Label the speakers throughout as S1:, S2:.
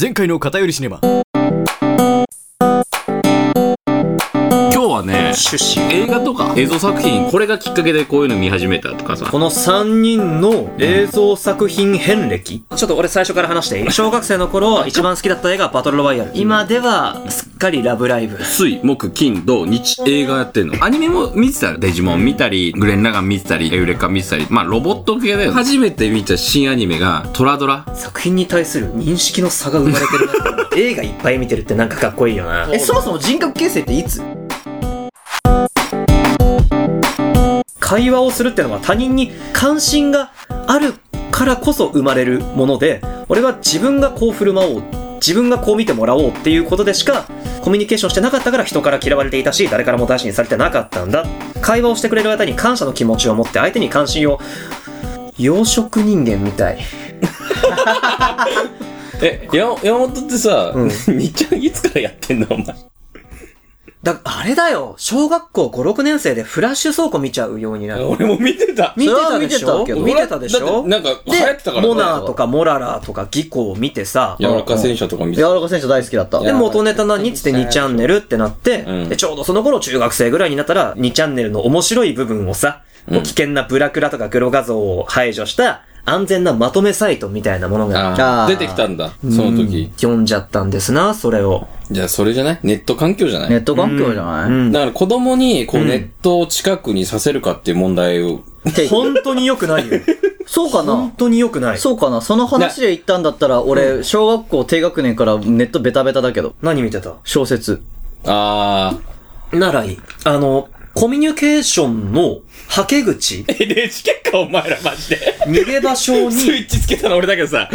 S1: 前回の偏りシネマ
S2: 今日はね
S3: 趣旨
S2: 映画とか映像作品これがきっかけでこういうの見始めたとかさ
S3: この3人の映像作品遍歴、ちょっと俺最初から話していい小学生の頃一番好きだった映画はバトルロワイヤル今ではすっかりラブライブ
S2: 水木金土日映画やってんのアニメも見てたよデジモン見たりグレン・ラガン見てたりエウレカ見てたりまあロボット系だよ初めて見た新アニメがトラドラ
S3: 作品に対する認識の差が生まれてるな映画いっぱい見てるってなんかかっこいいよな
S1: えそもそも人格形成っていつ
S3: 会話をするってのは他人に関心があるからこそ生まれるもので俺は自分がこう振る舞おう自分がこう見てもらおうっていうことでしかコミュニケーションしてなかったから人から嫌われていたし誰からも大事にされてなかったんだ会話をしてくれる方に感謝の気持ちを持って相手に関心を養殖人間みたい
S4: え、山山本ってさ、
S3: うん
S4: 日ちゃんいつからやってんのお前。
S3: だあれだよ小学校56年生でフラッシュ倉庫見ちゃうようになる
S4: 俺も見てた。
S3: 見てたでし
S1: それは
S3: ょ
S1: 見てたけど
S3: 見てたでし
S4: だっ
S3: ょ
S4: てなんか流行ってたから
S3: でモナーとかモララーとか技巧を見てさ
S4: 柔らか戦車とか見てた。
S1: 柔らか選手大好きだった
S3: で、元ネタ何っつって2チャンネルってなって、
S4: うん
S3: で、ちょうどその頃中学生ぐらいになったら、2チャンネルの面白い部分をさ、もう危険なブラクラとか黒画像を排除した、安全なまとめサイトみたいなものが、
S4: あ
S1: あー
S4: ー出てきたんだ、その時。
S3: 読んじゃったんですな、それを。
S4: じゃあそれじゃないネット環境じゃない、
S1: ネット環境じゃない、
S3: うん
S4: だ。から子供にこう
S3: うん
S4: ネットを近くにさせるかっていう問題を。
S3: 本当に良く ないよ。
S1: そうかな
S3: 本当に良くない。
S1: そうかなその話で言ったんだったら、俺、小学校低学年からネットベタベタだけど、
S3: 何見てた
S1: 小説。
S4: あ
S3: ならいい。あの、コミュニケーションのはけ 口、
S4: ー。NHK かお前らマジ で。
S3: 逃げ場所に、
S4: イッチつけたの俺だけどさ。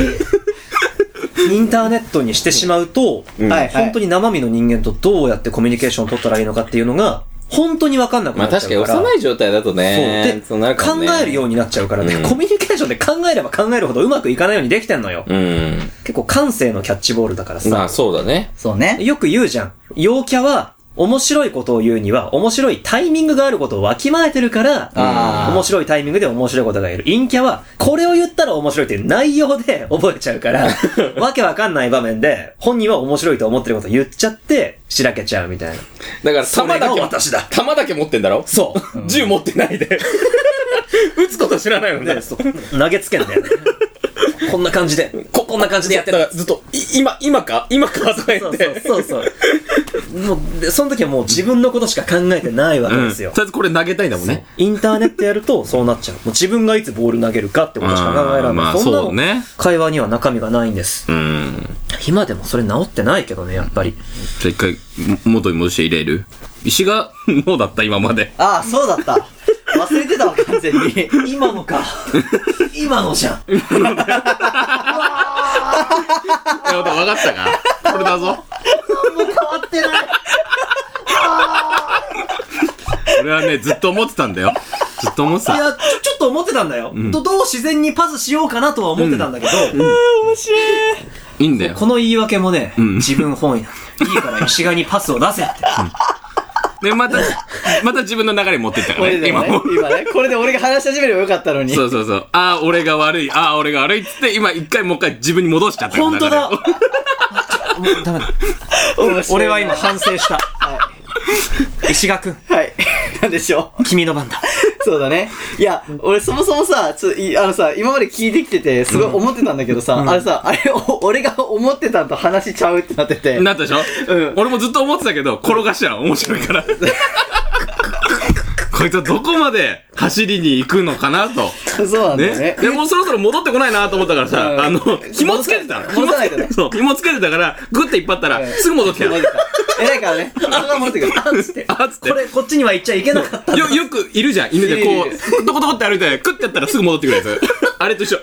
S3: インターネットにしてしまうと、
S4: ん
S1: はいはい
S3: 本当に生身の人間とどうやってコミュニケーションを取ったらいいのかっていうのが、本当にわかんなく
S4: ま
S3: な
S4: あ
S3: っちゃう
S4: 確
S3: か。
S4: からに幼い状態だとね。
S3: そう
S4: うな
S3: で、
S4: るから
S3: 考
S4: ね
S3: えるようになっちゃうからね、
S4: うん
S3: コミュニケーションで考えれば考えるほどうまくいかないようにできてんのよ。
S4: うん。
S3: 結構感性のキャッチボールだからさ。
S4: まあそうだね。
S1: そうね。
S3: よく言うじゃん。陽キャは、面白いことを言うには、面白いタイミングがあることをわきまえてるから、
S1: あー
S3: 面白いタイミングで面白いことが言える。陰キャは、これを言ったら面白いっていう内容で覚えちゃう から、わけわかんない場面で、本人は面白いと思ってることを言っちゃって、しらけちゃうみたいな。
S4: だから
S3: そ
S4: 弾
S3: れ
S4: だ
S3: が
S4: け、
S3: 私だ。
S4: 弾だけ持ってんだろ
S3: そう。
S4: 銃持ってないで。撃つこと知らないのね
S3: で、。そう投げつけんだ よね。こんな感じで、こ、こんな感じでやってる
S4: だからずっと、い今、今か今かとか言
S3: そ
S4: っ
S3: う
S4: て。
S3: そうそうそう。もう、でその時はもう自分のことしか考えてないわけですよ。
S4: とりあえずこれ投げたいんだもんね。
S3: インターネットやるとそうな っちゃう。もう自分がいつボール投げるかってことしか考えられない。
S4: うんまあ
S3: そんな
S4: そ
S3: の
S4: うね
S3: 会話には中身がないんです。
S4: うん。
S3: 今でもそれ治ってないけどね、やっぱり。
S4: じゃあ一回、も元に戻して入れる石が、 もうだった、今まで。
S1: ああ、そうだった。忘れてたわ、完全に。
S3: 今のか。今のじゃん。
S4: いや、分かったかこれだぞ。
S1: 変わってない。
S4: 俺はね、ずっと思ってたんだよ。ずっと思って
S3: い
S4: た。
S3: や、ちょ、ちょっと思ってたんだよ、ど。どう自然にパスしようかなとは思ってたんだけど、
S4: いいんだよ。
S3: この言い訳もね、
S4: ん
S3: 自分本位なんだよ。いいから石川にパスを出せって。
S4: で、また、また自分の流れ持ってったか
S1: こ
S4: ら
S1: れ
S4: ね。
S1: でも
S4: 今
S1: ね、
S4: も。
S1: 今ね、これで俺が話し始めればよかったのに。
S4: そうそうそう。ああ、俺が悪い。ああ、俺が悪いっつって、今一回もう一回自分に戻しちゃった。
S3: 本当だ
S4: 流れを
S3: もうダメだ。
S1: 面白い
S3: 俺
S1: な
S3: は今。反省した。石川くん、
S1: はい。 なんでしょう。
S3: 君の番だ。
S1: そうだね。いや、俺そもそもさ、ちょいあのさ、今まで聞いてきてて、すごい思ってたんだけどさ、あれさ、あれ、お俺が思ってたんと話しちゃうってなってて。
S4: なったでしょ
S1: うん
S4: 俺もずっと思ってたけど、転がしちゃう。面白い から。こいつはどこまで走りに行くのかなと。
S1: そうなんだよね
S4: ね。。でもうそろそろ戻ってこないなと思ったから
S1: う
S4: さ、
S1: ん
S4: あの、紐つけてたの。
S1: 戻さないとね
S4: そう、紐つけてたから、グッて引っ張ったら、すぐ戻ってきた。
S1: 偉いからね。そこは戻ってくる。
S4: あっつって
S3: こ。れ、こっちには行っちゃいけなかった。
S4: よ、よくいるじゃん。犬でこ、
S1: いるいう
S4: どこどこって歩いて、クッてやったらすぐ戻ってくるやつ。あれと 一緒。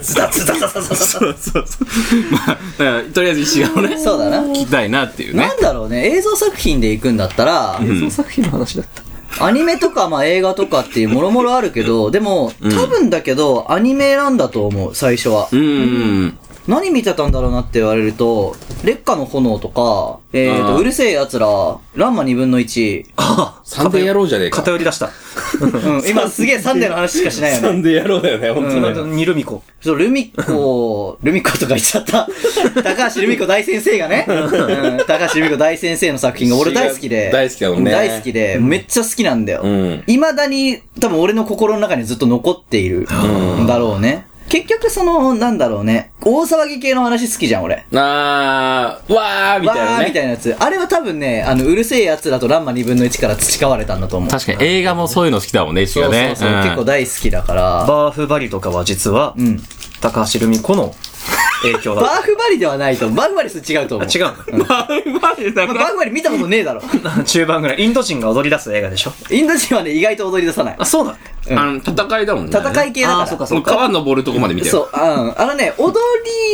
S3: ズタズタズタズタズタ
S4: そうそうそう。まあ、だからとりあえず石川をね、
S1: そうだな。
S4: 聞きたいなっていうね
S1: な。んだろうね、映像作品で行くんだったら、
S3: 映像作品の話だった。
S1: アニメとか、まあ、映画とかっていうもろもろあるけど、でも、多分だけど、アニメなんだと思う、最初は
S4: う。ん。
S1: 何見てたんだろうなって言われると、烈火の炎とか、えー、
S4: あ
S1: と、
S4: ー
S1: うるせえ奴ら、ランマ二分の一。
S3: ああ、
S4: 三でやろうじゃねえか。
S3: 偏り出した。
S1: うん、今すげえサンデーの話しかしないよね。
S4: 三でやろうだよね、本
S1: うん
S4: 当に。
S3: ニルミコ。
S1: そう、ルミコ、ルミコとか言っちゃ った。高橋ルミコ大先生がね、うん、高橋ルミコ大先生の作品が俺大好きで、
S4: 大好きだもんね
S1: 大好きで、めっちゃ好きなんだよ。
S4: うん。
S1: 未だに多分俺の心の中にずっと残っているんだろうね。結局その、なんだろうね、大騒ぎ系の話好きじゃん、俺。
S4: あー、わーみ
S1: わ
S4: たいな
S1: ー
S4: ね。
S1: みたいなやつ。あれは多分ね、あの、うるせえ奴らとランマ2分の1から培われたんだと思う。
S4: 確かに映画もそういうの好きだもんね、一
S1: そ
S4: 応
S1: うそ
S4: ね。
S1: うそう、
S4: ん
S1: 結構大好きだから。
S3: バーフバリとかは実は、
S1: うん。
S3: 高橋留美子の影響
S1: バ
S3: だ
S1: ーフバリではないと、バーフバリと違うと
S3: あ、
S1: 思う。
S3: 違う。
S1: まあバーフバリ見たことねえだろ。
S3: 中盤ぐらい。インド人が踊り出す映画でしょ。
S1: インド人はね、意外と踊り出さない
S3: あ、。そうなんだ。
S1: うん
S4: あの、戦いだもんね。
S1: 戦い系だから。
S3: あーそうか
S4: もう川登るとこまで見てる。
S1: そう、うん。あのね、踊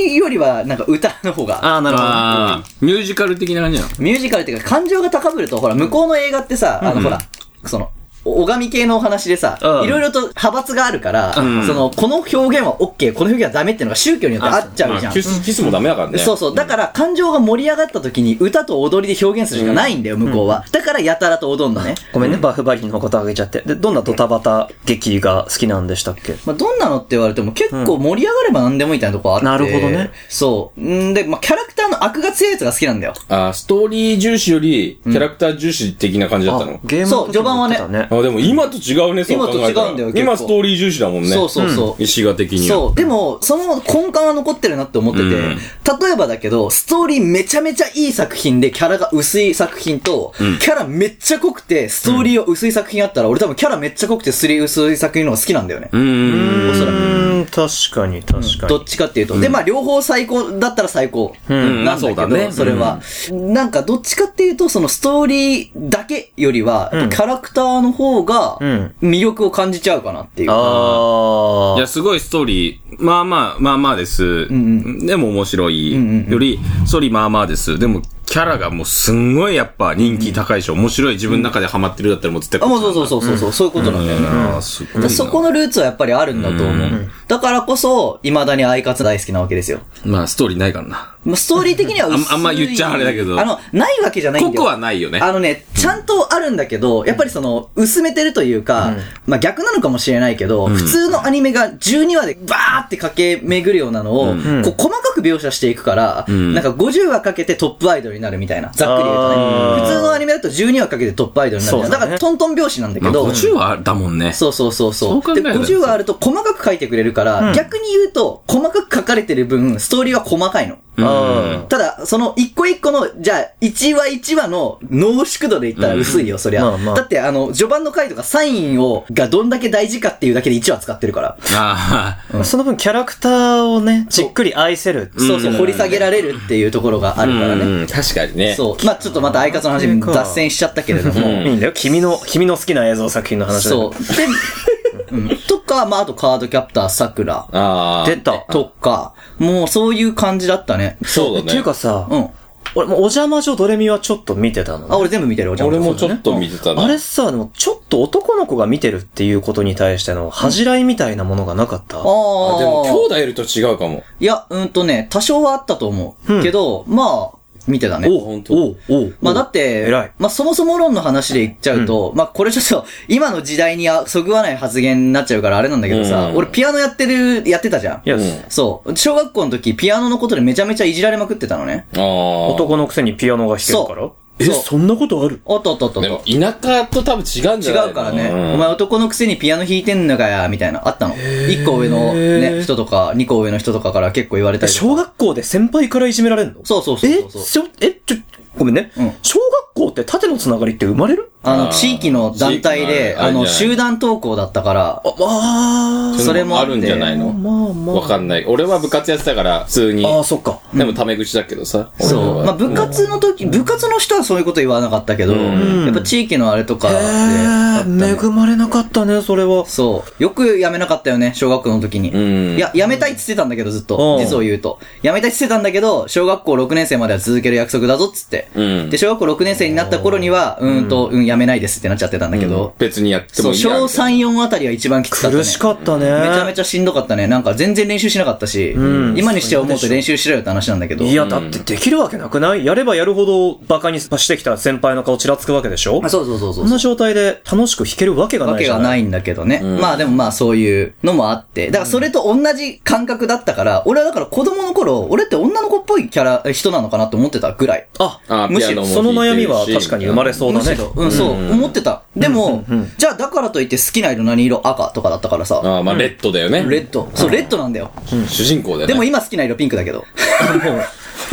S1: りよりは、なんか歌の方が。
S3: ああ、なるほど。
S4: あー、ミュージカル的な感じなの。
S1: ミュージカルっていうか、感情が高ぶると、ほら、向こうの映画ってさ、あの、ほら、その、お拝み系のお話でさ、
S3: うん
S1: いろいろと派閥があるから、
S4: ん
S1: その、この表現は OK、この表現はダメっていうのが宗教によってあっちゃうじゃん。
S4: ス、キスもダメだからね
S1: そうそう。だから、感情が盛り上がった時に、歌と踊りで表現するしかないんだよ、向こうは。だから、やたらと踊んのね。
S3: ごめんね、バーフバリのことあげちゃって。で、どんなドタバタ劇が好きなんでしたっけ
S1: まあ、どんなのって言われても結構盛り上がれば何でもいいみたいなとこあって。
S3: なるほどね。
S1: そう。んで、まあ、キャラクターの悪が強いやつが好きなんだよ。
S4: あー、ストーリー重視より、キャラクター重視的な感じだったの。
S3: ゲーム
S1: そう
S3: の時も言ってた
S1: 序盤
S4: あ、でも今と違うね、そう考えたら
S1: 今と違うんだよ結構
S4: 今ストーリー重視だもんね。
S1: そうそうそう。
S4: 石が的には。
S1: そう。でも、その根幹は残ってるなって思ってて、
S4: うん
S1: 例えばだけど、ストーリーめちゃめちゃいい作品でキャラが薄い作品と、キャラめっちゃ濃くて、ストーリーが薄い作品あったら、俺多分キャラめっちゃ濃くて、スリー薄い作品の方が好きなんだよね。
S4: うーん。
S1: おそら
S3: う
S1: く。
S3: ーん、確かに、確か
S1: ど
S3: に
S1: っ。ちかっていうと。で、まあ、両方最高だったら最高。
S4: んま
S1: なんだけ
S4: あそうだ
S1: ど、
S4: ね
S1: それは。なんか、どっちかっていうと、そのストーリーだけよりは、
S3: うん
S1: キャラクターの方が
S3: うん、
S1: 魅力を感じちゃうかなっていう。
S3: あ
S4: い
S3: あ
S4: や、。すごいストーリー、まあまあ、まあまあです。でも面白い。
S1: んうんうん
S4: より、ストーリーまあまあです。でも、キャラがもうすんごいやっぱ人気高いし、面白い自分の中でハマってるだったらもう絶対
S1: あ、
S4: こ
S1: も
S4: っ
S1: う
S4: ち
S1: そうそうそうそうそう、そういうことなんだよね。
S4: あーすごいな。
S1: でそこのルーツはやっぱりあるんだと思う。だからこそ、未だにアイカツ大好きなわけですよ。
S4: まあ、ストーリーないからな。
S1: まあ、ストーリー的には薄い
S4: あんあんま言っちゃあれだけど
S1: あの、ないわけじゃないん
S4: コ
S1: だよ。
S4: コはないよね。
S1: あのね、ちゃんとあるんだけど、やっぱりその、薄めてるというか、まあ逆なのかもしれないけど、普通のアニメが12話でバーって駆け巡るようなのを、こう細かく描写していくから、
S4: ん
S1: なんか50話かけてトップアイドルになるみたいな。ざっくり言うと
S3: あ
S1: ね。
S3: ー
S1: 普通のアニメだと12話かけてトップアイドルになるじ
S3: そ
S1: ゃん
S3: うだ
S1: だ
S3: ね
S1: からトントン拍子なんだけ
S4: まあ、
S1: ど、
S4: 50はだもんね。
S1: そうそうそうそう。
S4: そう考え
S1: で、
S4: たら
S1: 50話あると細かく書いてくれるから、
S3: うん
S1: 逆に言うと、細かく書かれてる分、ストーリーは細かいの。
S4: うん
S3: あ
S1: ただ、その一個一個の、じゃあ、1話1話の濃縮度で言ったら薄いよ、そりゃ。
S3: まあまあ
S1: だって、あの、序盤の回とかサインを、がどんだけ大事かっていうだけで1話使ってるから。
S4: あ
S3: あ。その分キャラクターをね、じ
S1: そう
S3: っくり愛せる。
S1: そうそう、
S4: うん
S1: 掘り下げられるっていうところがあ
S4: あ。
S1: るからね。
S4: うん確かにね。
S1: そう。まあちょっとまた相方の話、脱線しちゃったけれども。
S3: いいんだよ。君の、君の好きな映像作品の話だから
S1: そう。で、うんとか、まああとカードキャプター桜
S4: ああ。
S3: 出た。
S1: とか、もうそういう感じだったね。
S4: そうだね。
S3: っていうか、さ、
S1: うん。
S3: 俺もうお邪魔女ドレミはちょっと見てたのね
S1: あ、俺全部見てる、おじゃん
S4: 俺もちょっと見てたな。
S3: あれさ、でもちょっと男の子が見てるっていうことに対しての恥じらいみたいなものがなかった。
S1: ああ。
S4: あでも、兄弟いると違うかも。
S1: いや、うんとね、多少はあったと思う。
S3: うん
S1: けど、まあ、見てたね。
S3: おう
S4: 本当
S3: おうおう
S1: まあだって
S3: 偉い、
S1: まあそもそも論の話で言っちゃうと、まあこれちょっと、今の時代にあそぐわない発言になっちゃうからあれなんだけどさ、
S4: うん
S1: 俺ピアノやってる、やってたじゃん
S3: い。や、
S4: うん
S1: そう。小学校の時、ピアノのことでめちゃめちゃいじられまくってたのね。
S4: ああ。
S3: 男のくせにピアノが弾けるから
S1: そ
S3: え、
S1: そう
S3: そんなことある
S1: おっとっとっとっ
S4: で
S1: と
S4: も。田舎と多分違うんじゃないの
S1: 違うからね、
S4: うん
S1: お前男のくせにピアノ弾いてんのかや、みたいな、あったの。1個上のね、人とか、2個上の人とかから結構言われたりとか。
S3: 小学校で先輩からいじめられんの
S1: そうそうそう
S3: え
S1: そうそう。
S3: しょえ、ちょ、ごめんね
S1: うん。
S3: 小学校って縦のつながりって生まれる
S1: あ
S4: あ
S1: の、
S4: ー
S1: 地域の団体
S4: 地域
S1: で、
S4: のあ
S1: あ
S4: れ
S1: の、
S4: じゃない
S1: 集団登校だったから、
S3: あ、まあ、
S1: それもあ
S4: あ
S1: って
S4: るんじゃない
S3: まあ
S4: の
S3: まあまあ。
S4: わかんない。俺は部活やってたから、普通に。
S3: ああ、そっか。
S4: でもタメ口だけどさ。
S1: そ
S4: 俺
S1: う。
S4: は
S1: まあ、部活の時、部活の人はそういうこと言わなかったけど、
S4: ん
S1: やっぱ地域のあれとかで
S3: へ
S1: あった
S3: え、
S1: ね、
S3: 恵まれなかったね、それは。
S1: そう。よく辞めなかったよね、小学校の時に。
S4: うん
S1: いや、辞めたいって言ってたんだけど、ずっ
S3: う
S1: と
S3: ん。
S1: 実を言うと。辞めたいって言ってたんだけど、小学校6年生までは続ける約束だぞ、っつって。
S4: うん
S1: で、小学校6年生になった頃には、うーんと、うん、やめないですってなっちゃってたんだけど。
S4: 別にやって
S1: そ
S4: も
S1: う、
S4: いい
S1: 小
S4: や。
S1: 3、4あたりは一番きつかった、ね。
S3: 苦しかったね。
S1: めちゃめちゃしんどかったね。なんか全然練習しなかったし、
S3: うん
S1: 今にしては思うと練習しろよって話なんだけど。
S3: いや、だってできるわけなくないやればやるほどバカにしてきた先輩の顔ちらつくわけでしょ
S1: あそうそうそうそ
S3: こ。
S1: うん
S3: な状態で楽しく弾けるわけが
S1: わ
S3: ない
S1: け
S3: じゃ
S1: が
S3: ん。。
S1: ないいんだけどね。
S4: うん
S1: まあでもまあそういうのもあって。だからそれと同じ感覚だったから、俺はだから子供の頃、俺って女の子っぽいキャラ、え人なのかなって思ってたぐらい。
S3: あ、
S4: あ
S3: むし
S4: ピアノ
S3: ろ
S4: も
S3: その
S4: 弾い
S3: 悩
S4: てるし
S3: みは確かに生まれそうだ
S1: む
S3: ね
S1: し。ろうん、そう、思ってた。でも、
S3: うんうん
S1: じゃあだからといって好きな色何色赤とかだったからさ、
S4: ああ、まあ、レッドだよね。
S1: レッド。そう、レッドなんだよ。
S4: 主人公だよね。
S1: でも今好きな色ピンク だけど。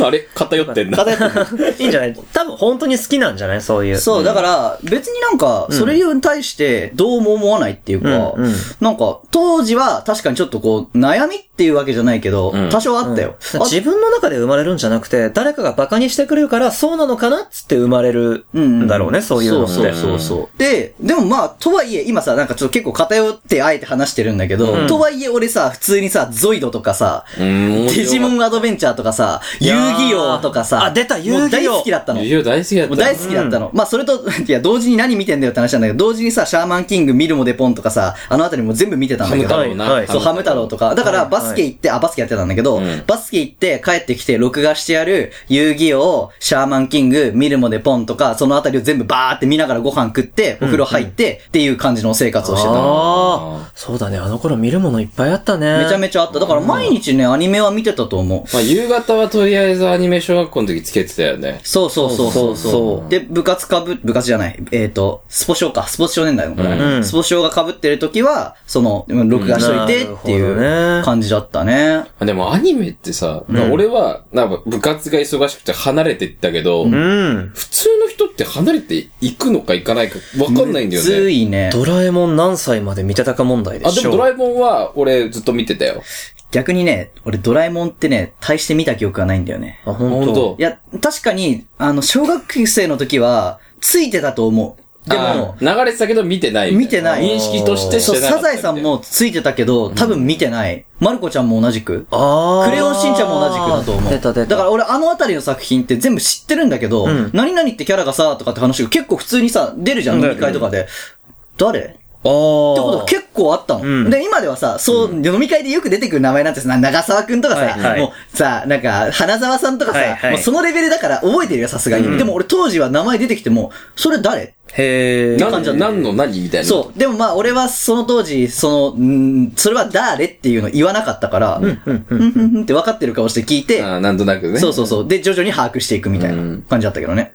S4: あれ偏ってんな。
S1: 偏ってる
S3: いいんじゃない多分本当に好きなんじゃないそういう。
S1: そう、だから、別になんか、それに対してどうも思わないっていうか、
S3: うんうん
S1: なんか、当時は確かにちょっとこう、悩みっていうわけじゃないけど、
S4: うん
S1: 多少あったよ。あ
S3: 自分の中で生まれるんじゃなくて、誰かがバカにしてくれるから、そうなのかなっつって生まれるんだろうね、そういうのって。
S1: そうそうそうそう。で、でもまあ、とはいえ、今さ、なんかちょっと結構偏ってあえて話してるんだけど、
S3: うん
S1: とはいえ俺さ、普通にさ、ゾイドとかさ、
S4: うーん。
S1: デジモンアドベンチャーとかさ、
S3: い
S1: 遊
S3: やー
S1: 戯王とかさ、
S3: あ出た遊戯王
S1: もう大好きだったの。
S4: いや大好きだった
S1: もう
S4: な。
S1: 大好きだったの。まあ、それと、 いや、同時に何見てんだよって話なんだけど、同時にさ、シャーマンキング、ミルモデポンとかさ、あのあたりも全部見てたんだけど。
S3: ハム太郎なはいはい
S1: そう、ハム太郎とか。だから、
S3: はい
S1: バスケ行って、あ、バスケやってたんだけど、
S4: うん
S1: バスケ行って帰ってきて、録画してやる、遊戯王、シャーマンキング、ミルモデポンとか、そのあたりを全部バーって見ながらご飯食って、お風呂入って、っていう感じの生活をしてたの。
S3: ああ、そうだね。あの頃見るものいっぱいあったね。
S1: めちゃめちゃあった。だから、毎日ね、アニメは見てたと思う。
S4: まあ、夕方はとりあえずアニメ小学校の時つけてたよね。
S1: そうそうそうそう
S3: そうそうそう
S1: で、部活かぶ、部活じゃない。えっ、と、スポ少か。スポ少年代のこれ、
S3: うん
S1: スポ少が被ってる時は、その、うん録画しといてって
S3: な
S1: い
S3: るほど
S1: う
S3: ね
S1: 感じだったね。
S4: まあでもアニメってさ、まあ俺は、なんか部活が忙しくて離れていったけど、
S3: うん。
S4: 普通の人って離れて行くのか行かないか分かんないんだよ
S1: つ
S4: ね。
S1: いね。
S3: ドラえもん何歳まで見てたか問題で
S4: あ、で
S3: しょ。
S4: もドラ
S3: え
S4: えもんは俺ずっと見てたよ。
S1: 逆にね、俺ドラえもんってね、大して見た記憶がないんだよね。
S3: もん。あ、本
S4: 本
S3: 当。
S4: 当
S1: いや、確かに、あの、小学生の時は、ついてたと思う。でも
S4: あ、流れてたけど見てない。
S1: 見てない
S4: 認識としてし
S1: そう、
S4: てなか
S1: サ
S4: った
S1: ザエさんもついてたけど、多分見てない。まる子ちゃんも同じく。
S3: ああ。
S1: クレヨンしんちゃんも同じくだと思う。
S3: 出た出た。
S1: だから俺あのあたりの作品って全部知ってるんだけど、
S3: ん
S1: 何々ってキャラがさ、とかって話が結構普通にさ、出るじゃん、
S3: うん
S1: 飲み会とかで。誰って
S3: あー
S1: ことが結構あったの。
S3: うん
S1: で、今ではさ、そう、飲み会でよく出てくる名前なんてさ、な長沢くんとかさ、
S3: はいはい
S1: もうさ、なんか、花沢さんとかさ、
S3: はいはい
S1: もうそのレベルだから覚えてるよ、さすがに。
S3: うん
S1: でも俺当時は名前出てきても、それ誰
S3: へえ。
S1: って感じだ
S4: な
S1: っ
S4: ん
S1: た
S4: 何の何みたいな。
S1: そう。でもまあ、俺はその当時、その、んーそれは誰っていうの言わなかったから、うん、うん、うん、って分かってる顔して聞いて、
S4: あーなんとなくね。
S1: そうそうそう。で、徐々に把握していくみたいな
S4: うん
S1: 感じだったけどね。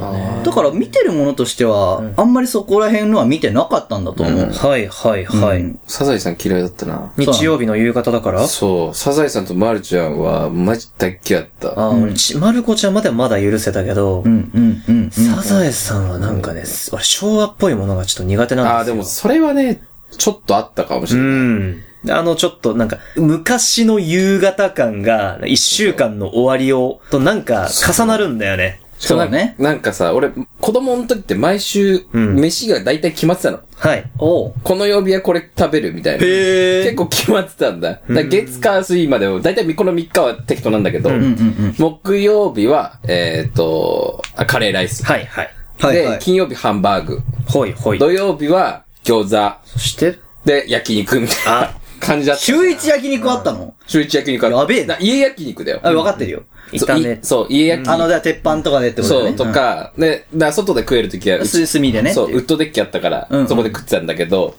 S4: あ
S1: だから見てるものとしては、あんまりそこら辺のは見てなかったんだと思う。
S3: はいはいは。
S1: はいい。
S4: ーサザエさん嫌いだったな。
S3: 日曜日の夕方だから
S4: そう、サザエさんとマルちゃんはマジ大っ嫌いだった。
S3: あー、俺ちまる子ちゃんまではまだ許せたけど
S1: う、んうんうん。
S3: サザエさんはなんかね、俺昭和っぽいものがちょっと苦手
S4: あ
S3: な
S4: あ、
S3: ん
S4: で
S3: で
S4: す
S3: よ。
S4: もそれはね、ちょっとあったかもしれ
S3: う
S4: ない。
S3: ん。あの、ちょっとなんか、昔の夕方感が、一週間の終わりを、となんか、重なるんだよね。
S1: そうだね。
S4: なんかさ、俺、子供の時って毎週、
S3: うん
S4: 飯が大体決まってたの。
S3: はい。
S1: おう。
S4: この曜日はこれ食べるみたいな。結構決まってたんだ。だから月火水までも、大体この3日は適当なんだけど、
S1: うんうんうん。
S4: 木曜日は、えっ、とあ、カレーライス。
S3: はいはい。
S1: はいは
S4: で
S1: い、。
S4: 金曜日ハンバーグ。
S3: ほいほい。
S4: 土曜日は餃子。
S1: そして、
S4: で、焼肉みたいな 感じだった。
S1: 週一焼肉あったの
S4: 週一焼肉ある
S1: やべえな
S4: だ家焼肉だよ。
S1: あ、分かってるよ。
S4: そう
S3: 炒
S4: い
S3: め、
S4: そう、家焼き、
S1: あの、じゃあ鉄板とかでってこと
S4: そ
S1: だ
S4: う、
S1: ね。
S4: と
S1: うん。
S4: か、で、だから外で食えるときは、うち
S1: 薄炭でね。
S4: そ
S1: っ
S4: う、
S1: て
S4: ウ
S1: い
S4: ッドデッキあったから、
S1: うんうん
S4: そこで食ってたんだけど、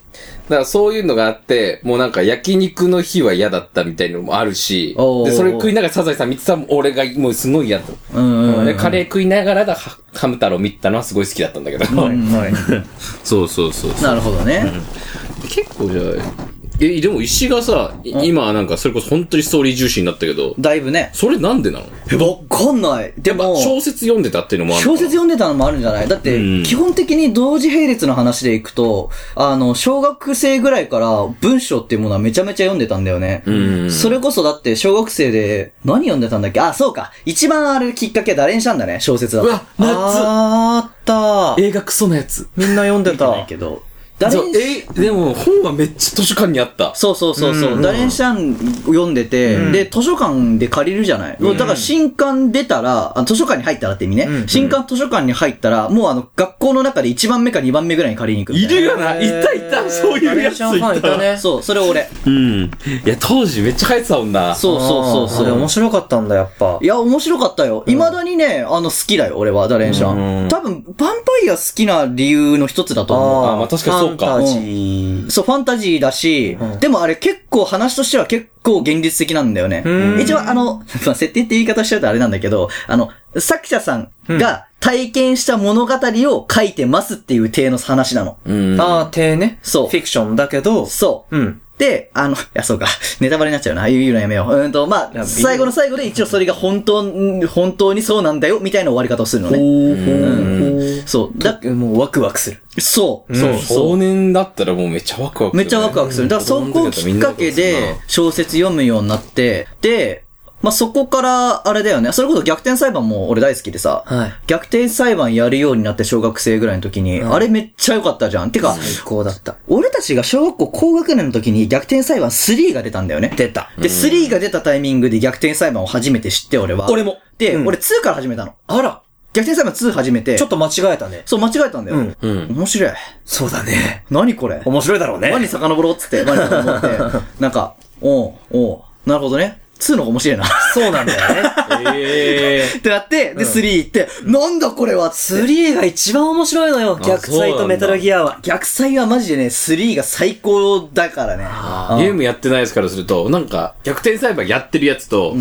S4: だからそういうのがあって、もうなんか焼肉の日は嫌だったみたいのもあるし
S1: お、ー
S4: で、それ食いながらサザエさん見てたのも俺がもうすごい嫌だった。
S1: うんうんうん。
S4: で、カレー食いながらだ、ハハム太郎見てたのはすごい好きだったんだけど。
S3: はい。
S5: そうそうそう。
S1: なるほどね。
S5: 結構じゃあ、え、でも石がさ、い今はなんかそれこそ本当にストーリー重視になったけど、
S1: だいぶね。
S5: それなんでなの
S1: え、わかんない。でも、
S5: 小説読んでたっていうのもあるの
S1: 小説読んでたのもあるんじゃないだって
S5: うん、
S1: 基本的に同時並列の話でいくと、あの、小学生ぐらいから文章っていうものはめちゃめちゃ読んでたんだよね。
S5: うん
S1: それこそだって小学生で、何読んでたんだっけあ、そうか。一番あれきっかけはダレンシャンだね、小説だと。
S4: うわ、夏
S3: あーあった
S4: 映画クソのやつ。
S3: みんな読んで
S1: 見てない
S3: た。
S1: けど。誰
S4: そう
S1: に
S4: えいでも本はめっちゃ図書館にあった
S1: そうそうそうそう、
S3: うん
S1: ダレンシャン読んでて、で図書館で借りるじゃない、もうだから新刊出たらあ図書館に入ったらって意味ね、
S3: うん
S1: 新刊図書館に入ったらもうあの学校の中で1番目か2番目ぐらいに借りに行くみ
S4: い
S1: たい
S4: る
S1: な
S4: よないたいたそういうやついた
S3: ね
S1: そうそれ俺
S4: うんいや当時めっちゃ流行ってたもんな
S1: そうそうそう
S3: あれ
S1: そう
S3: 面白かったんだ、やっぱ
S1: い。や、面白かったよ。未だにね、あの、好きだよ、俺は、ダレンシャン。多分、ヴァンパイア好きな理由の一つだと思う。
S4: あまあ確かにそうか
S3: ファンタジー。
S1: そう、ファンタジーだし、
S3: うん
S1: でもあれ結構話としては結構現実的なんだよね
S3: う。ん
S1: 一応あの、 まあ設定って言い方しちゃうとあれなんだけど、あの、作者さんが体験した物語を書いてますっていう体の話なの。
S4: うん
S3: ああ、てね。
S1: そう
S3: フィクションだけど、
S1: そう。
S3: うん。
S1: で、あの、いや、そうか。 ネタバレになっちゃうな。言うのやめよう。うーんと、ま
S3: や
S1: あ、最後の最後で一応それが本当、ん本当にそうなんだよ、みたいな終わり方をするのね。
S3: うん
S1: そう。だ
S3: だ、もうワクワクする。
S1: そう、
S3: うん
S1: そう、そう。
S4: 少年だったらもうめっちゃワクワク
S1: めっちゃワクワクする。だからそこをきっかけで小説読むようになって、で、まあ、そこから、あれだよね。それこそ逆転裁判も俺大好きでさ、
S3: はい
S1: 逆転裁判やるようになって小学生ぐらいの時に、
S3: うん
S1: あれめっちゃ良かったじゃん。てか、
S3: 最高だった。
S1: 俺たちが小学校高学年の時に逆転裁判3が出たんだよね。出た。で、3が出たタイミングで逆転裁判を初めて知って、俺は。
S3: 俺も
S1: で、
S3: うん
S1: 俺2から始めたの。
S3: あら、
S1: 逆転裁判2始めて、
S3: ちょっと間違えたね。
S1: そう、間違えたんだよ。
S3: うん
S4: うん
S1: 面白い。
S3: そうだね。
S1: 何これ
S3: 面白いだろうね。
S1: 輪に遡ろうっつって、輪に遡って、なんか、おうおうなるほどね。2の方が面白いな。っ
S3: そうなんだよね。
S4: ええ
S1: てなって、 で、3行って、なんだこれはっつって。
S3: 3が一番面白いのよ。逆サイとメタルギアは。
S1: 逆祭はマジでね、3が最高だからね。うん
S4: ゲームやってないやつからすると、なんか、逆転裁判やってるやつと、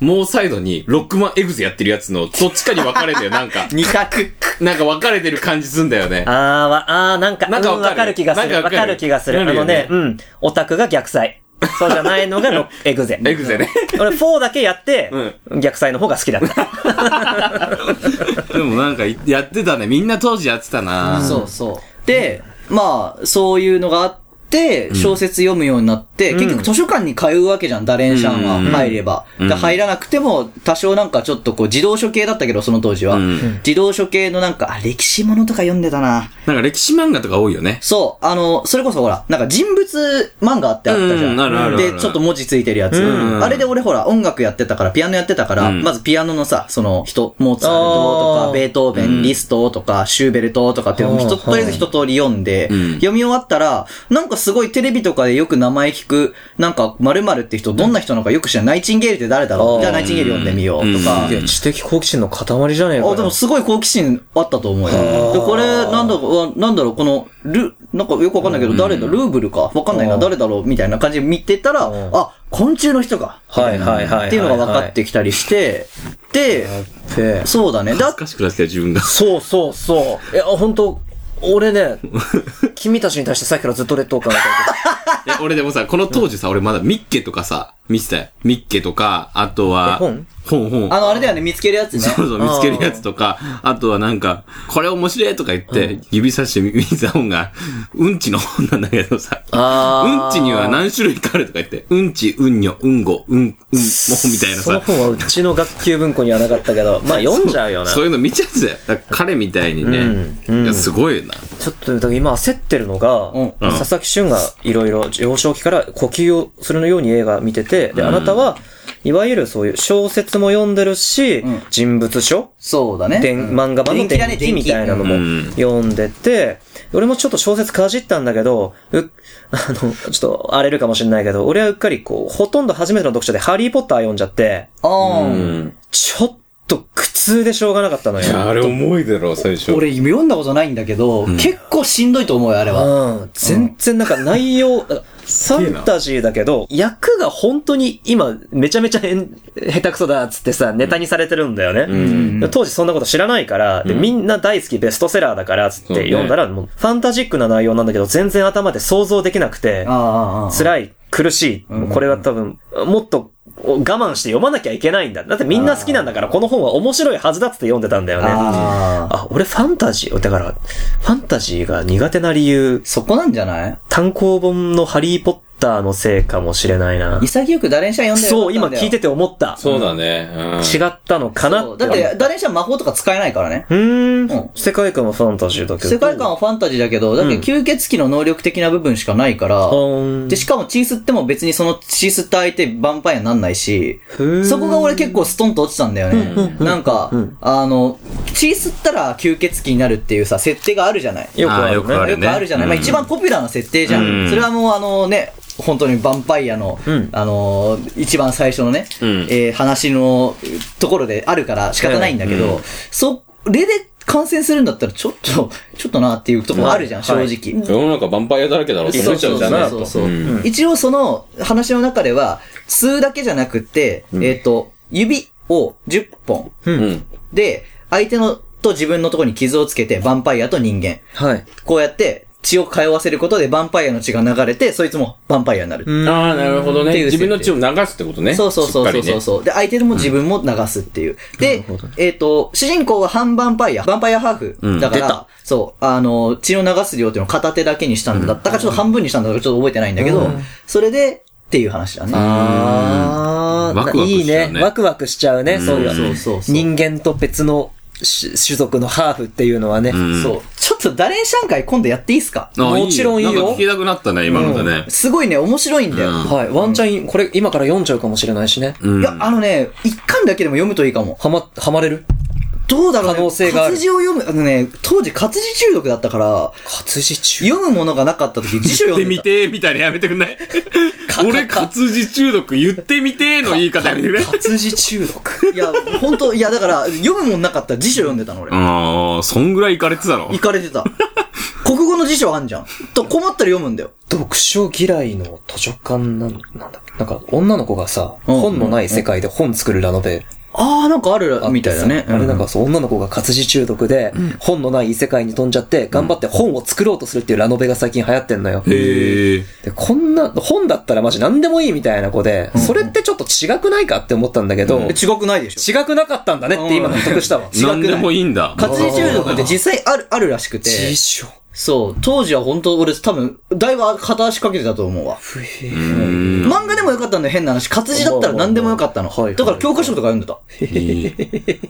S4: もうサイドにロックマンエグゼやってるやつの、どっちかに分かれてる、なんか、
S1: 二択。
S4: なんか分かれてる感じすんだよね。
S3: あーわ、あー、なんか、
S4: なんか
S3: うん
S4: わかる
S3: わかる気がする。
S4: なん
S3: わ
S4: かわかる
S3: かる気がする。
S4: な
S3: あ
S4: るよ
S3: の
S4: ね
S3: ね、うん。オタクが逆サイ。そうじゃない のがロエグゼ。
S4: エグゼね。
S3: 俺4だけやって、逆サイの方が好きだった。
S4: でもなんか、やってたね。みんな当時やってたな
S1: そうそう。で、まあ、そういうのがあって、小説読むようになって、結局図書館に通うわけじゃん、ダレンシャンは
S4: うん
S1: 入れば。で入らなくても、多少なんかちょっとこう、自動書系だったけど、その当時は。
S4: うん
S1: 自動書系のなんか、あ、歴史ものとか読んでたな。
S4: なんか歴史漫画とか多いよね。
S1: そう、あの、それこそほら、なんか人物漫画ってあったじゃん。
S4: うんあるあるある
S1: で、ちょっと文字ついてるやつ。
S4: うん
S1: あれで俺ほら、音楽やってたから、ピアノやってたから、
S4: うん
S1: まずピアノのさ、その人、モーツァルトと
S3: あ
S1: か、
S3: ー
S1: ベートーベン、リストとか、シューベルトとかっていうのを
S3: はあ
S1: 一とりあえず一通り読んで、
S4: うん
S1: 読み終わったら、なんかすごいテレビとかでよく名前聞く、なんか〇〇って人、どんな人なのかよく知らない、ナイチンゲールって誰だ
S3: あ
S1: ろう
S3: ー
S1: じゃあナイチンゲール読んでみようとか、
S4: うん
S3: 知的好奇心の塊じゃねえ
S1: あ、でもすごい好奇心あったと思うよ。で、これ、なんだろううわ、なんだろう、この、ル、なんかよくわかんないけど、誰だ、ルーブルか。わかんないな、
S3: うん
S1: 誰だろう、みたいな感じで見てたら
S3: うん、
S1: あ、昆虫の人か。
S3: はいはいはいはいはい
S1: っていうのが分かってきたりして、で、
S3: で
S1: そうだね。だ
S4: 恥ずかしくなってきた自分が。
S3: そうそうそう。いや、本当俺ね、君たちに対してさっきからずっと劣等感が
S4: いや俺でもさ、この当時さ、俺まだミッケとかさ、見てたよ。ミッケとか、あとは、
S3: え本
S4: 本本
S1: あの、あれだよね、見つけるやつね。
S4: そうそう、見つけるやつとか、あとはなんか、これ面白いとか言って、指差して見た本が、うんちの本なんだけどさ、
S3: あー
S4: うんちには何種類かあるとか言って、うんち、うんにょ、うんご、うん、うん、もみたいな
S3: その
S4: さ、
S3: 本はうちの学級文庫にはなかったけど、まあ読んじゃうよな。
S4: そういうの見ちゃうんだよ。だから彼みたいにね、
S3: うん
S4: いやすごいな。
S3: ちょっと、だから今焦ってるのが、
S1: うん
S3: 佐々木俊がいろいろ幼少期から呼吸をするように映画見てて、で、あなたは、いわゆるそういう小説も読んでるし、
S1: うん
S3: 人物書
S1: そうだね。
S3: 電
S1: うん
S3: 漫画版の
S1: 電気だ
S3: 電
S1: ね
S3: 気みたいなの
S1: 電気
S3: も
S4: うん
S3: 読んでて、俺もちょっと小説かじったんだけど、う、あの、ちょっと荒れるかもしれないけど、俺はうっかりこう、ほとんど初めての読書でハリーポッター読んじゃって、
S1: あ
S4: う
S1: ー
S4: ん。
S3: ちょっと苦痛でしょうがなかったのよ。
S4: あれ重いだろ、最初。
S1: 俺、読んだことないんだけど、結構しんどいと思うよ、あれは。
S3: うん、全然なんか内容、ファンタジーだけど、役が本当に今めちゃめちゃへん下手くそだっつってさ、ネタにされてるんだよね。
S4: ん
S3: で当時そんなこと知らないから、で、みんな大好きベストセラーだからっつっ
S4: そう
S3: て
S4: ね
S3: 読んだら、もうファンタジックな内容なんだけど、全然頭で想像できなくて
S1: あ、あ、ああ。
S3: 辛い、苦しい。
S1: ん
S3: これは多分、もっと我慢して読まなきゃいけないんだ。だってみんな好きなんだから、この本は面白いはずだっつって読んでたんだよね。
S1: ああ。
S3: あ、俺ファンタジー、だから、ファンタジーが苦手な理由、
S1: そこなんじゃない
S3: 単行本のハリーポッ
S6: ターのせいかもしれないな。
S1: 潔くダレンシャン読んで
S6: そう、今聞いてて思った。
S4: そうだね。うん
S6: 違ったのか
S1: か
S6: な
S1: な
S6: って。
S1: だって、ダレンシャン魔法とか使えないからね。
S6: うー
S1: うん
S6: ん。世界観はファンタジーだけど。
S1: 世界観はファンタジーだけど、だって吸血鬼の能力的な部分しかないから、
S6: は
S1: で、しかも血吸っても別にその血吸った相手ヴァンパイアになんないし、そこが俺結構ストンと落ちたんだよね。なんか、あの、血吸ったら吸血鬼になるっていうさ、設定があるじゃない。
S6: よくあ
S2: あーよ
S6: る
S2: く
S6: ね
S2: あ。る
S1: よくあるじゃな
S2: う
S1: い。
S2: ん
S1: まあ一番ポピュラーな設定じゃ。
S2: うんん
S1: それはもうあのね、本当にヴァンパイアの、
S6: ん
S1: あのー一番最初のね、
S4: ん
S1: えー話のところであるから仕方ないんだけど、それで感染するんだったらちょっと、ちょっとなっていうところあるじゃん、正
S6: はい
S1: 直。
S4: 世の中ヴァンパイアだらけだろうと思っちゃうじゃない
S1: そう
S4: と。
S1: そうそう
S4: う
S1: そうん一応その話の中では、数だけじゃなくて、えっ、と、指を10本。
S4: うん。
S1: で、相手のと自分のところに傷をつけて、ヴァンパイアと人間。
S6: はい。
S1: こうやって血を通わせることでヴァンパイアの血が流れて、そいつもヴァンパイアになる。
S4: ああ、なるほど
S1: っ
S4: ね。
S1: ていう設
S4: 自
S1: 定
S4: 分の血を流すってことね。
S1: そうそうそう
S4: し
S1: そう
S4: っかり
S1: そう
S4: ね
S1: そう。で、相手も自分も流すっていう。で、えっ、と、主人公は半ヴァンパイア、ヴァンパイアハーフだから、
S6: 出た
S1: そう、あの、血を流す量っていうのを片手だけにしたんだったか、ちょっと半分にしたんだったか、ちょっと覚えてないんだけど、それで、っていう話だね。
S3: あ
S2: ワ
S3: あ、
S2: クワク
S3: いい
S2: しちゃうね
S3: ね。ワクワクしちゃうね。そうだ
S1: そ
S3: ね
S1: うそうそう。
S3: 人間と別の種種族のハーフっていうのはね。
S1: そう。ちょっとダレンシャン会今度やっていいっすか
S2: あ
S3: もちろんいいよ
S2: なんか聞きたくなったね、今のでね。
S1: すごいね、面白いんだよ。
S2: うん
S3: はい。ワンチャン、これ今から読んじゃうかもしれないしね。
S2: うん
S1: いや、あのね、一巻だけでも読むといいかも。
S3: はま、はまれる
S1: どうだろうね。
S3: 可能性がある
S1: 活字を読む、あのね、当時活字中毒だったから、
S3: 活字中。
S1: 読むものがなかった時、辞書
S2: 言っ
S1: 読
S2: て
S1: んで
S2: み
S1: た。
S2: てーみたいなやめてくんない俺、活字中毒言ってみてーの言い方やめてくれ。
S3: 活字中毒。
S1: いや、本当いや、だから、読むもんなかったら辞書読んでたの、俺。
S2: ああ、そんぐらいいかれてたろ
S1: 行。かれてた。国語の辞書あんじゃん。と困ったら読むんだよ。
S3: 読書嫌いの図書館なん、なんだっけなんか、女の子がさ、
S1: うん
S3: 本のない世界で本作るラノベ
S1: あー、なんかある
S3: あってさ
S1: みたいだね。
S3: あれなん
S1: う
S3: かそう、女の子が活字中毒で、本のない異世界に飛んじゃって、頑張って本を作ろうとするっていうラノベが最近流行ってんのよ。
S2: へえ。
S3: で、こんな、本だったらマジ何でもいいみたいな子で、それってちょっと違くないかって思ったんだけど、
S1: え違くないでしょ。
S3: 違くなかったんだねって今納得したわ。
S2: なんでも
S3: い。
S2: いいんだ。
S1: 活字中毒って実際ある、あるらしくて。
S3: 辞書。
S1: そう。当時は本当俺多分、だいぶ片足かけてたと思うわ。
S2: うん
S1: 漫画でもよかったんだよ、変な話。活字だったら何でもよかったの。だから教科書とか読んでた。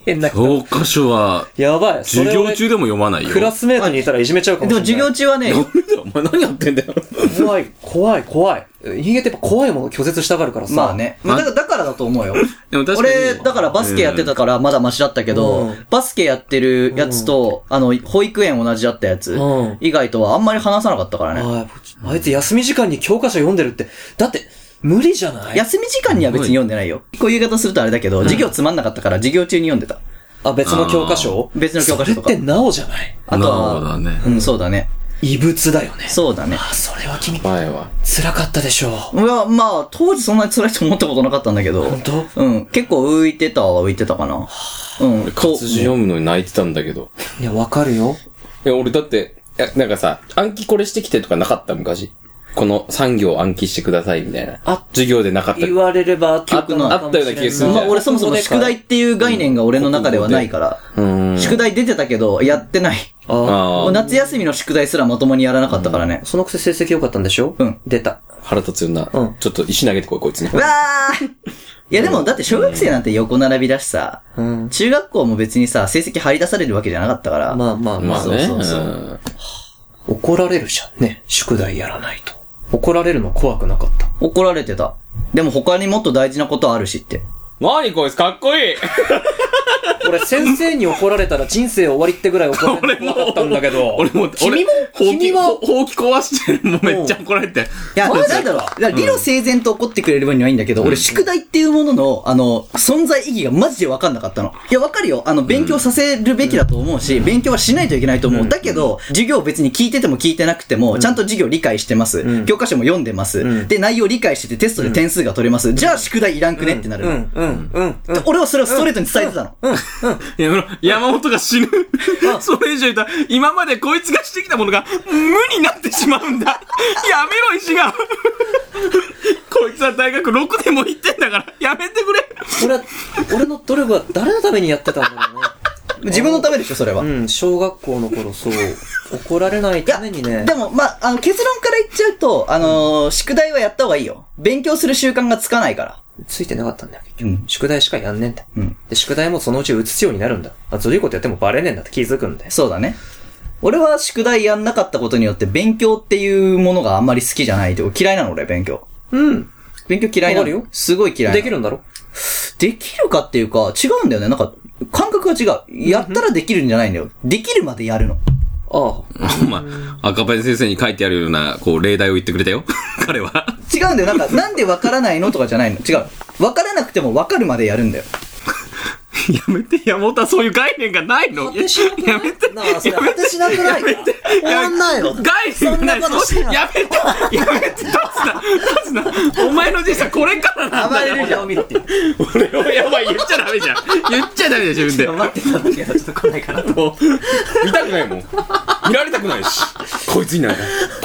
S3: 変な。
S2: 教科書は、
S3: やばい。そ
S2: 授
S3: れ
S2: 業
S3: 俺
S2: 中でも読まないよ。
S6: クラスメートにいたらいじめちゃうかも
S1: で
S6: しれ
S1: も
S6: ない。
S1: 授業中はね、
S4: お前何やってんだよ。
S3: 怖い、怖い、怖い。人間ってやっぱ怖いもの拒絶したがるからさ。
S1: まあ。ね。まあだからだからだと思うよ。
S2: でも確かに
S1: 俺、だからバスケやってたからまだマシだったけど、バスケやってるやつと、あの、保育園同じだったやつ
S3: うん、
S1: 以外とはあんまり話さなかったからね。
S3: あああいつ休み時間に教科書読んでるって、だって、無理じゃない
S1: 休み時間には別に読んでないよ。こういう言い方するとあれだけど、授業つまんなかったから授業中に読んでた。
S3: あ、別の教科書
S1: 別の教科書と
S3: そ
S1: か
S3: れってなおじゃない
S1: あと
S2: なるほど
S1: は
S2: ね、
S1: うん、そうだね。
S3: 異物だよね。
S1: そうだね。
S3: あ、それは君、
S4: 前は。
S3: 辛かったでしょ
S1: いや、まあ、当時そんなに辛いと思ったことなかったんだけど。
S3: 本
S1: うん。結構浮いてたは浮いてたかな。うん。こ
S4: 活字読むのに泣いてたんだけど。
S3: う。いや、わかるよ。
S4: いや、俺だって、いやなんかさ、暗記これしてきてとかなかった昔。この産業暗記してくださいみたいな。
S3: あ
S4: 授業でなかった。
S3: 言われれば、記憶の
S4: あったような気がする
S1: う
S4: ね
S1: まあ、俺そもそも宿題っていう概念が俺の中ではないから。
S4: うん。
S1: 宿題出てたけど、やってない。
S3: あ
S4: ああ、
S1: 夏休みの宿題すらまともにやらなかったからね
S3: あ。。そのくせ成績良かったんでしょ
S1: うん
S3: 出た。
S4: 腹立つよな。
S3: うん
S4: ちょっと石投げてこい、こいつに
S1: う。わ ーいやでも、だって小学生なんて横並びだしさ、
S3: うん。
S1: 中学校も別にさ、成績張り出されるわけじゃなかったから。
S3: まあまあま
S4: ま
S3: あ
S4: あ、ね。
S1: そうそうそうん
S3: 怒られるじゃんね。宿題やらないと。怒られるの怖くなかった。
S1: 怒られてた。でも他にもっと大事なことあるしって。
S4: 何こいつかっこいい
S3: 俺、先生に怒られたら人生終わりってぐらい怒られなかったんだけど。
S2: 俺も、
S3: 君も
S2: 俺、ほうき、
S3: 君は
S2: ほほうき壊して、もうめっちゃ怒られて。
S1: いや、なんだろう。だから理路整然と怒ってくれる分にはいいんだけど、俺、宿題っていうものの、あの、存在意義がマジで分かんなかったの。いや、分かるよ。あの、勉強させるべきだと思うし、勉強はしないといけないと思う。だけど、授業別に聞いてても聞いてなくても、ちゃんと授業理解してます。教科書も読んでます。で、内容理解しててテストで点数が取れます。じゃあ、宿題いらんくねってなる
S3: う
S1: の。
S3: ん、うん、うん、うん。
S1: で俺はそれをストレートに伝えてたの。
S2: やめろ、山本が死ぬ。それ以上言ったら、今までこいつがしてきたものが無になってしまうんだ。やめろ、石が。こいつは大学6年も行ってんだから、やめてくれ。
S3: 俺は、俺の努力は誰のためにやってたんだろうね。
S1: 自分のためでしょ、それは。い
S7: うん、小学校の頃そう、怒られないた
S1: や、
S7: めにね
S1: で。も、まあ、あの、結論から言っちゃうと、あのー宿題はやった方がいいよ。勉強する習慣がつかないから。
S7: ついてなかったんだよ、結
S1: うん
S7: 局。宿題しかやんねえんだ。
S1: うん
S7: で、宿題もそのうち移すようになるんだ。あ、ずるいことやってもバレねえんだって気づくんだよ。
S1: そうだね。俺は宿題やんなかったことによって勉強っていうものがあんまり好きじゃないって嫌いなの俺、勉強。
S7: うん。
S1: 勉強嫌いな
S7: わかる
S1: の
S7: よ
S1: すごい嫌いなの
S7: できるんだろ
S1: できるかっていうか、違うんだよね。なんか、感覚が違う。やったらできるんじゃないんだよ。できるまでやるの。
S7: あ
S4: お前、赤ペン先生に書いてあるような、こう、例題を言ってくれたよ。 彼は。
S1: 違うんだよ。なんか、 なんでわからないのとかじゃないの。違う。わからなくてもわかるまでやるんだよ。
S2: やめて、山本はそういう概念がないの。ややめて
S7: あ。。なあ、それ
S2: やめて
S7: 私なくないか終わんないの
S2: 概念がない。そうやめて。やめて。立つな。立つな。お前の人生はこれからなんだよ。
S7: 俺を見ろって言って
S2: 俺をやばい。言っちゃダメじゃん。言っちゃダメだよ、自分
S7: 待ってたんだけど、ちょっと来ないかなと。
S4: もう見たくないもん。見られたくないし。こいつになんか、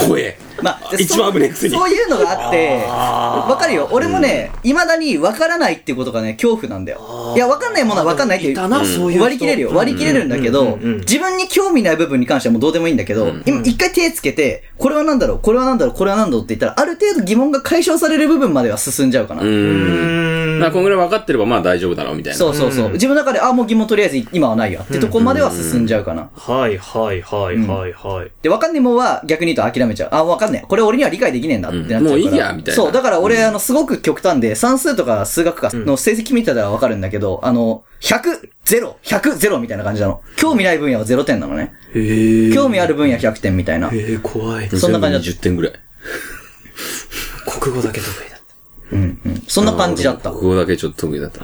S4: 怖え。
S1: ま あ、
S4: 一
S1: そう
S4: 番危ないくせに
S1: そういうのがあって、わかるよ。俺もね、未だにわからないっていうことがね、恐怖なんだよ。いや、わかんないものはわかんないっていう。
S7: たな
S1: うん
S7: そういう人
S1: 割り切れるよ。割り切れるんだけど、自分に興味ない部分に関してはもうどうでもいいんだけど、今一回手つけて、これはなんだろう、これはなんだろう、これはなんだろうって言ったら、ある程度疑問が解消される部分までは進んじゃうかな。
S4: うん。まあ、こんぐらい分かってれば、まあ大丈夫だろう、みたいな。
S1: そうそうそう。自分の中で、あ、もう疑問とりあえず今はないや。ってとこまでは進んじゃうかな。
S3: はいはいはいはいはい。
S1: で、わかんねえもんは逆に言うと諦めちゃう。あ、わかんねえ。これ俺には理解できねえんだってなっちゃうから、
S4: うんもういいやみたいな
S1: そう、だから俺、あの、すごく極端で、算数とか数学かの成績見てたらわかるんだけど、あの、100、0、100、0みたいな感じなの。興味ない分野は0点なのね。
S3: へえ。
S1: 興味ある分野100点みたいな。
S3: えー、怖い。
S1: そんな感じだっ
S4: 10点ぐらい。
S3: 国語だけ得意だった。
S1: た。うんうん。そんな感じだった。
S4: ここだけちょっと得意だった。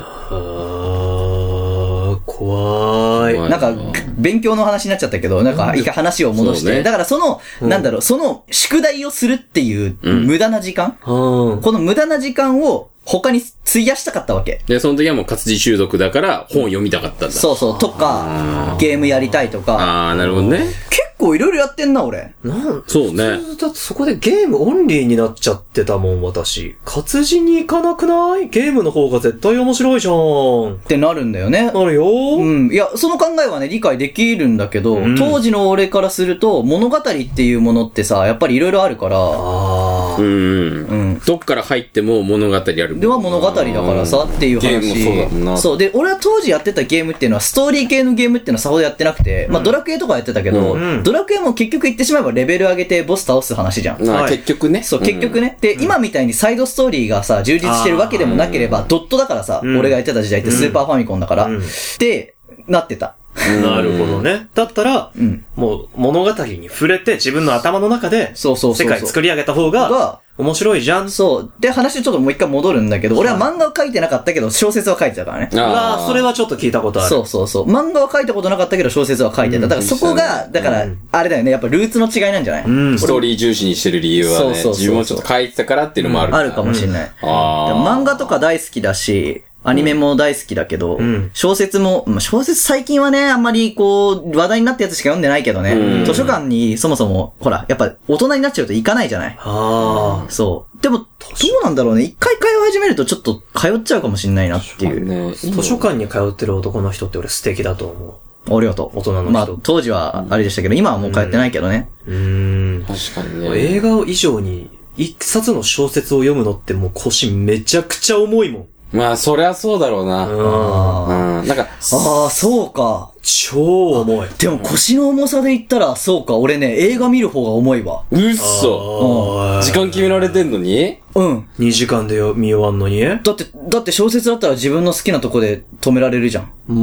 S3: あー、怖い。
S4: 怖い
S1: なんか、勉強の話になっちゃったけど、なんか、一回話を戻し
S4: そう
S1: て。
S4: ね
S1: だからその、なんだろう、その、宿題をするっていう、無駄な時間
S3: うん。
S1: この無駄な時間を他に費やしたかったわけ。
S4: で、その時はもう活字中毒だから、本読みたかったんだ。
S1: そうそう、とか、ゲームやりたいとか、
S4: ああ、なるほどね。
S1: 結構いろいろやってんな、俺。
S3: なん
S4: そうね。
S3: だってそこでゲームオンリーになっちゃってたもん、私。活字に行かなくないゲームの方が絶対面白いじゃん。
S1: ってなるんだよね。
S3: なるよ
S1: うん。いや、その考えはね、理解できるんだけど、
S3: うん
S1: 当時の俺からすると、物語っていうものってさ、やっぱりいろいろあるから、
S3: あ
S4: う
S3: ー。
S4: ん。
S1: うん。
S4: どっから入っても物語ある。
S1: では物語だからさ、っていう話。
S4: ゲームもそうだもんな
S1: そう。で、俺は当時やってたゲームっていうのは、ストーリー系のゲームっていうのはさほどやってなくて、まあドラクエとかやってたけど、
S3: うん
S1: ドラクエも結局言ってしまえばレベル上げてボス倒す話じゃん。
S4: まあ
S3: はい
S4: 結局ね。
S1: そう、結局ね。で、今みたいにサイドストーリーがさ、充実してるわけでもなければ、ドットだからさ、
S3: うん
S1: 俺がやってた時代ってスーパーファミコンだから。
S3: うん
S1: で、なってた。
S4: うん。
S3: なるほどね。だったら、
S1: うん。
S3: もう物語に触れて自分の頭の中で、
S1: そうそうそうそ
S3: 世
S1: う
S3: 界作り上げた方が、
S1: が、
S3: 面白いじゃん。
S1: そう。で、話ちょっともう一回戻るんだけど、俺は漫画を書いてなかったけど、小説は書いてたからね。
S4: あ
S3: あ
S4: ー
S3: あ、それはちょっと聞いたことある。
S1: そうそうそう。漫画は書いたことなかったけど、小説は書いてた。だからそこが、だから、あれだよね。やっぱルーツの違いなんじゃない
S3: うん。
S4: ストーリー重視にしてる理由は
S1: そう
S4: ね、
S1: そうそう
S4: 自分もちょっと書いてたからっていうのもある。
S1: あるかもしれない。
S4: ああ。
S1: 漫画とか大好きだし、アニメも大好きだけど、
S3: ん
S1: 小説も、まあ小説最近はね、あんまりこう、話題になったやつしか読んでないけどね、
S4: うん
S1: 図書館にそもそも、ほら、やっぱ大人になっちゃうと行かないじゃない。
S3: あ
S1: そう。でも、どうなんだろうね。一回通い始めるとちょっと通っちゃうかもしんないなっていう。
S4: ね。
S3: あ。図書館に通ってる男の人って俺素敵だと思
S1: ありがとう。
S3: 大人の人
S1: まあ、当時はあれでしたけど、今はもう通ってないけどね。
S3: う。うーん。
S4: 確かにね。
S3: 映画を以上に、一冊の小説を読むのってもう腰めちゃくちゃ重いもん。
S4: まあ、そりゃそうだろうな。うん。
S3: うん。
S4: なんか、
S1: ああ、そうか。
S3: 超重い。
S1: でも腰の重さで言ったら、そうか、俺ね、映画見る方が重いわ。
S4: うっそ。
S3: あー
S4: 時間決められてんのに
S1: うん。
S3: 2時間でよ見終わんのに
S1: だって、だって小説だったら自分の好きなとこで止められるじゃん。
S3: ま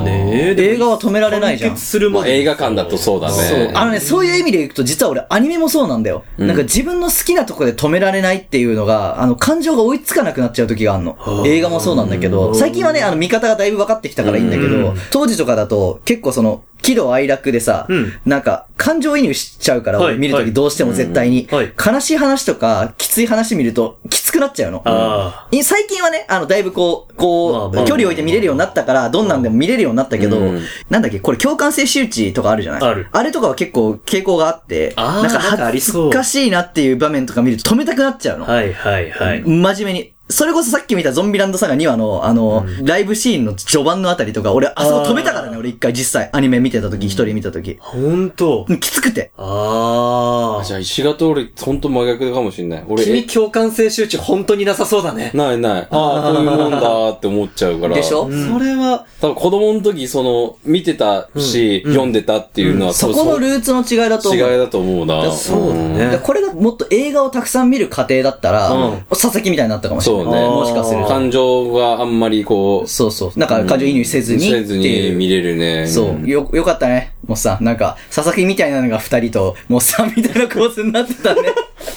S3: あね。
S1: 映画は止められないじゃん
S3: 完結する
S4: ま
S3: ま
S4: あ、
S3: で。
S4: 映画館だとそうだね。
S1: そう。あのね、そういう意味でいくと、実は俺、アニメもそうなんだよ。なんか自分の好きなとこで止められないっていうのが、あの、感情が追いつかなくなっちゃう時があるの。映画もそうなんだけど、最近はね、あの、見方がだいぶ分かってきたからいいんだけど、当時とかだと、結構その、喜怒哀楽でさ、
S3: うん
S1: なんか、感情移入しちゃうから、
S3: はい
S1: 俺見ると
S3: は
S1: き
S3: い
S1: どうしても絶対に、
S3: うんはい
S1: 悲しい話とか、きつい話見ると、きつくなっちゃうの。
S3: あ
S1: い最近はね、あの、だいぶこう、こう、
S3: まあまあ
S1: 距離を置いて見れるようになったから、どんなんでも見れるようになったけど、
S4: うん
S1: なんだっけ、これ共感性周知とかあるじゃない
S3: ある
S1: あれとかは結構傾向があって、
S3: あーなんかあり
S1: 恥
S3: そう
S1: ずかしいなっていう場面とか見ると止めたくなっちゃうの。
S3: あ。はいはいはい。
S1: 真面目に。それこそさっき見たゾンビランドサガ2話の、あの、ライブシーンの序盤のあたりとか、俺、あそこ止めたからね、俺一回実際、アニメ見てた時、一人見た時。
S3: ほんと。
S1: うんきつくて。
S3: あ
S4: じゃあ石形俺、ほんと真逆かもしんない。
S3: ー。
S4: 俺、
S3: 君
S4: え
S3: 共感性周知本当になさそうだね。
S4: ないない。ああ、こういうもんだーって思っちゃうから。
S7: でしょ
S3: それは、
S4: 多分子供の時、その、見てたし、読んでたっていうのは、
S1: そこのルーツの違いだと
S4: 違
S1: 思。
S4: いうだと思うな。
S3: そうだね
S1: だからこれがもっと映画をたくさん見る過程だったら、佐々木みたいになったかもしれない。
S4: そうね
S1: もしかする
S4: うん
S1: と。
S4: 感情があんまりこう、
S1: そうそう。なんか、感情移入せずにって
S4: せずに
S1: いう。
S4: 見れるね。
S1: そう。よ、よかったね。もうさ、なんか、佐々木みたいなのが二人と、もうさ、みたいな構図になっ てたね。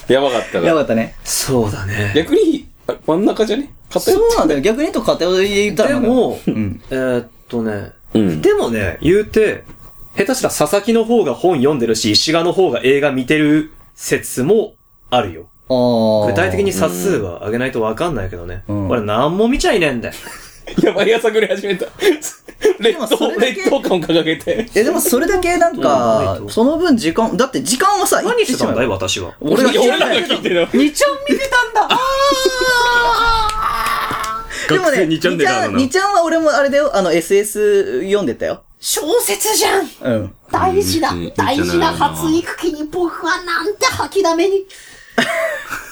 S4: やばかった
S1: や
S4: な。
S1: ばかったね。
S3: そうだね。
S4: 逆に、あ真ん中じゃね
S1: そ
S4: 偏っ
S1: うなんだよ。逆に言うと偏りで言ったら
S3: で
S1: なんか。
S3: も、
S1: ん
S3: えーっとね、
S4: うん
S3: でもね、言うて、下手したら佐々木の方が本読んでるし、石川の方が映画見てる説もあるよ。
S1: あー
S3: 具体的に冊数は上げないとわかんないけどね。
S1: ん
S3: 俺何も見ちゃいねえんだよ。
S4: やばいやさぐれ始めた。
S1: も
S4: 劣
S1: そ
S4: 等、
S1: れだけ
S4: 劣等感を掲げて。
S1: え、でもそれだけなんか、その分時間、だって時間はさ、
S3: 何してたんだい
S1: 言って
S3: 私は。
S1: しまえば俺が
S4: いや俺らが聞いてる。
S1: 2ちゃん見てたんだでも
S2: 学
S1: ね、
S2: 生二
S1: 2
S2: ち
S1: ち
S2: ゃんでな
S1: ゃ
S2: の
S1: ん、
S2: な
S1: 二ちゃんは俺もあれだよ、あの SS 読んでたよ。
S8: 小説じゃん
S1: うん。
S8: 大事な
S4: うんめっ、ちゃ
S8: 大事な
S4: 長いな
S8: 発育期に僕はなんて吐きだめに。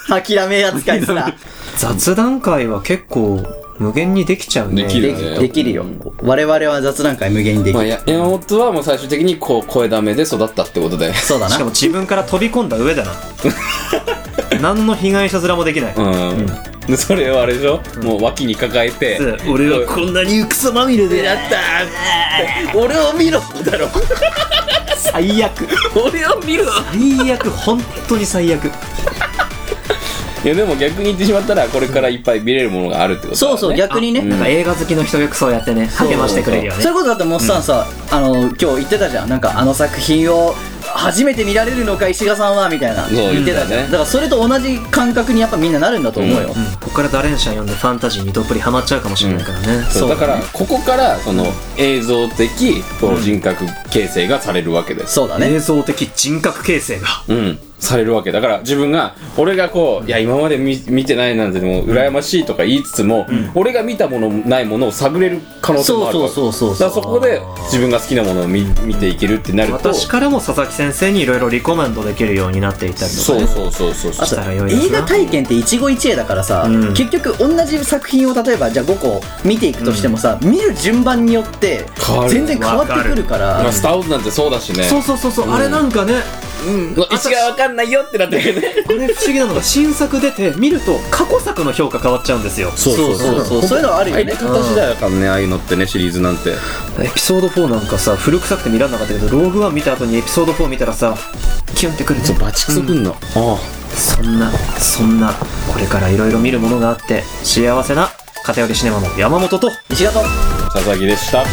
S1: 諦め扱いすな。
S3: 雑談会は結構無限にできちゃうね。
S4: できる
S1: できできるよ。我々は雑談会無限にでき
S4: まあ、
S1: る。
S4: や山本はもう最終的にこう、声ダメで育ったってことで。
S1: そうだ
S3: しかも
S1: な。
S3: 自分から飛び込んだ上 だな。何の被害者面もできない。
S4: うん。でそれをあれでしょもう脇に抱えて。
S3: 俺はこんなにクソまみれで。
S4: やった
S1: 俺を見ろだろ。
S3: 最悪。
S4: ー俺を見る
S3: 最悪、本当に最悪。
S4: いやでも逆に言ってしまったらこれからいっぱい見れるものがあるってことだね
S1: そうそう、逆にね。
S4: なんか
S3: 映画好きの人がクソやってね、励
S4: ましてくれるよ
S1: それこそだってモッサンさ、あの、今日言ってたじゃん。なんか、あの作品を初めて見られるのか、石賀さんは、みたいな。
S4: そう
S1: 言ってたじゃ
S4: 言っ
S1: ん。
S4: てたね
S1: だから、それと同じ感覚にやっぱみんななるんだと思うよ。
S3: ここからダレンシャン読んでファンタジーにどっぷりハマっちゃうかもしれないからね。
S4: そう
S1: そう
S4: だからここからその映像的こう人格形成がされるわけです、
S1: そうだね。
S3: 映像的人格形成が。
S4: うん、されるわけだから自分が俺がこういや今まで見見てないなんてもう羨ましいとか言いつつも、俺が見たものないものを探れる可能性も
S1: そ
S4: あ
S1: う
S4: る
S1: そ
S4: わ
S1: う
S4: け
S1: そうそう
S4: だか
S1: そ。
S4: らそうこで自分が好きなものを見見ていけるってなると
S3: 私からも佐々木先生にいろいろリコメンドできるようになっていたりとか
S4: そ
S3: ね、
S4: うそうそうそう
S1: あ
S4: そ
S1: と
S4: う
S3: したら良いです
S1: 映
S3: な
S1: 画体験って一期一会だからさ、
S3: うん
S1: 結局同じ作品を例えばじゃあ5個見ていくとしてもさ、見る順番によって
S4: 変わる
S1: 全然変わってくるから
S4: まあスター・ウォーズなんてそうだしね
S3: そうそうそうそう、あれなんかね、うん、
S4: 位置が分かんないよってなってるけどね
S3: あれ不思議なのが新作出て見ると過去作の評価変わっちゃうんですよ
S4: そうそうそう
S1: そうそういうのはあるよ ね
S4: 方次第だからねああいうのってねシリーズなんて
S3: エピソード4なんかさ古臭くて見らんなかったけどローグワン見た後にエピソード4見たらさキュンってくるね
S4: バチクソくんの、あ
S3: そんなそんなこれからいろいろ見るものがあって幸せな片寄りシネマの山本と
S1: 石田と
S4: あ佐々木でした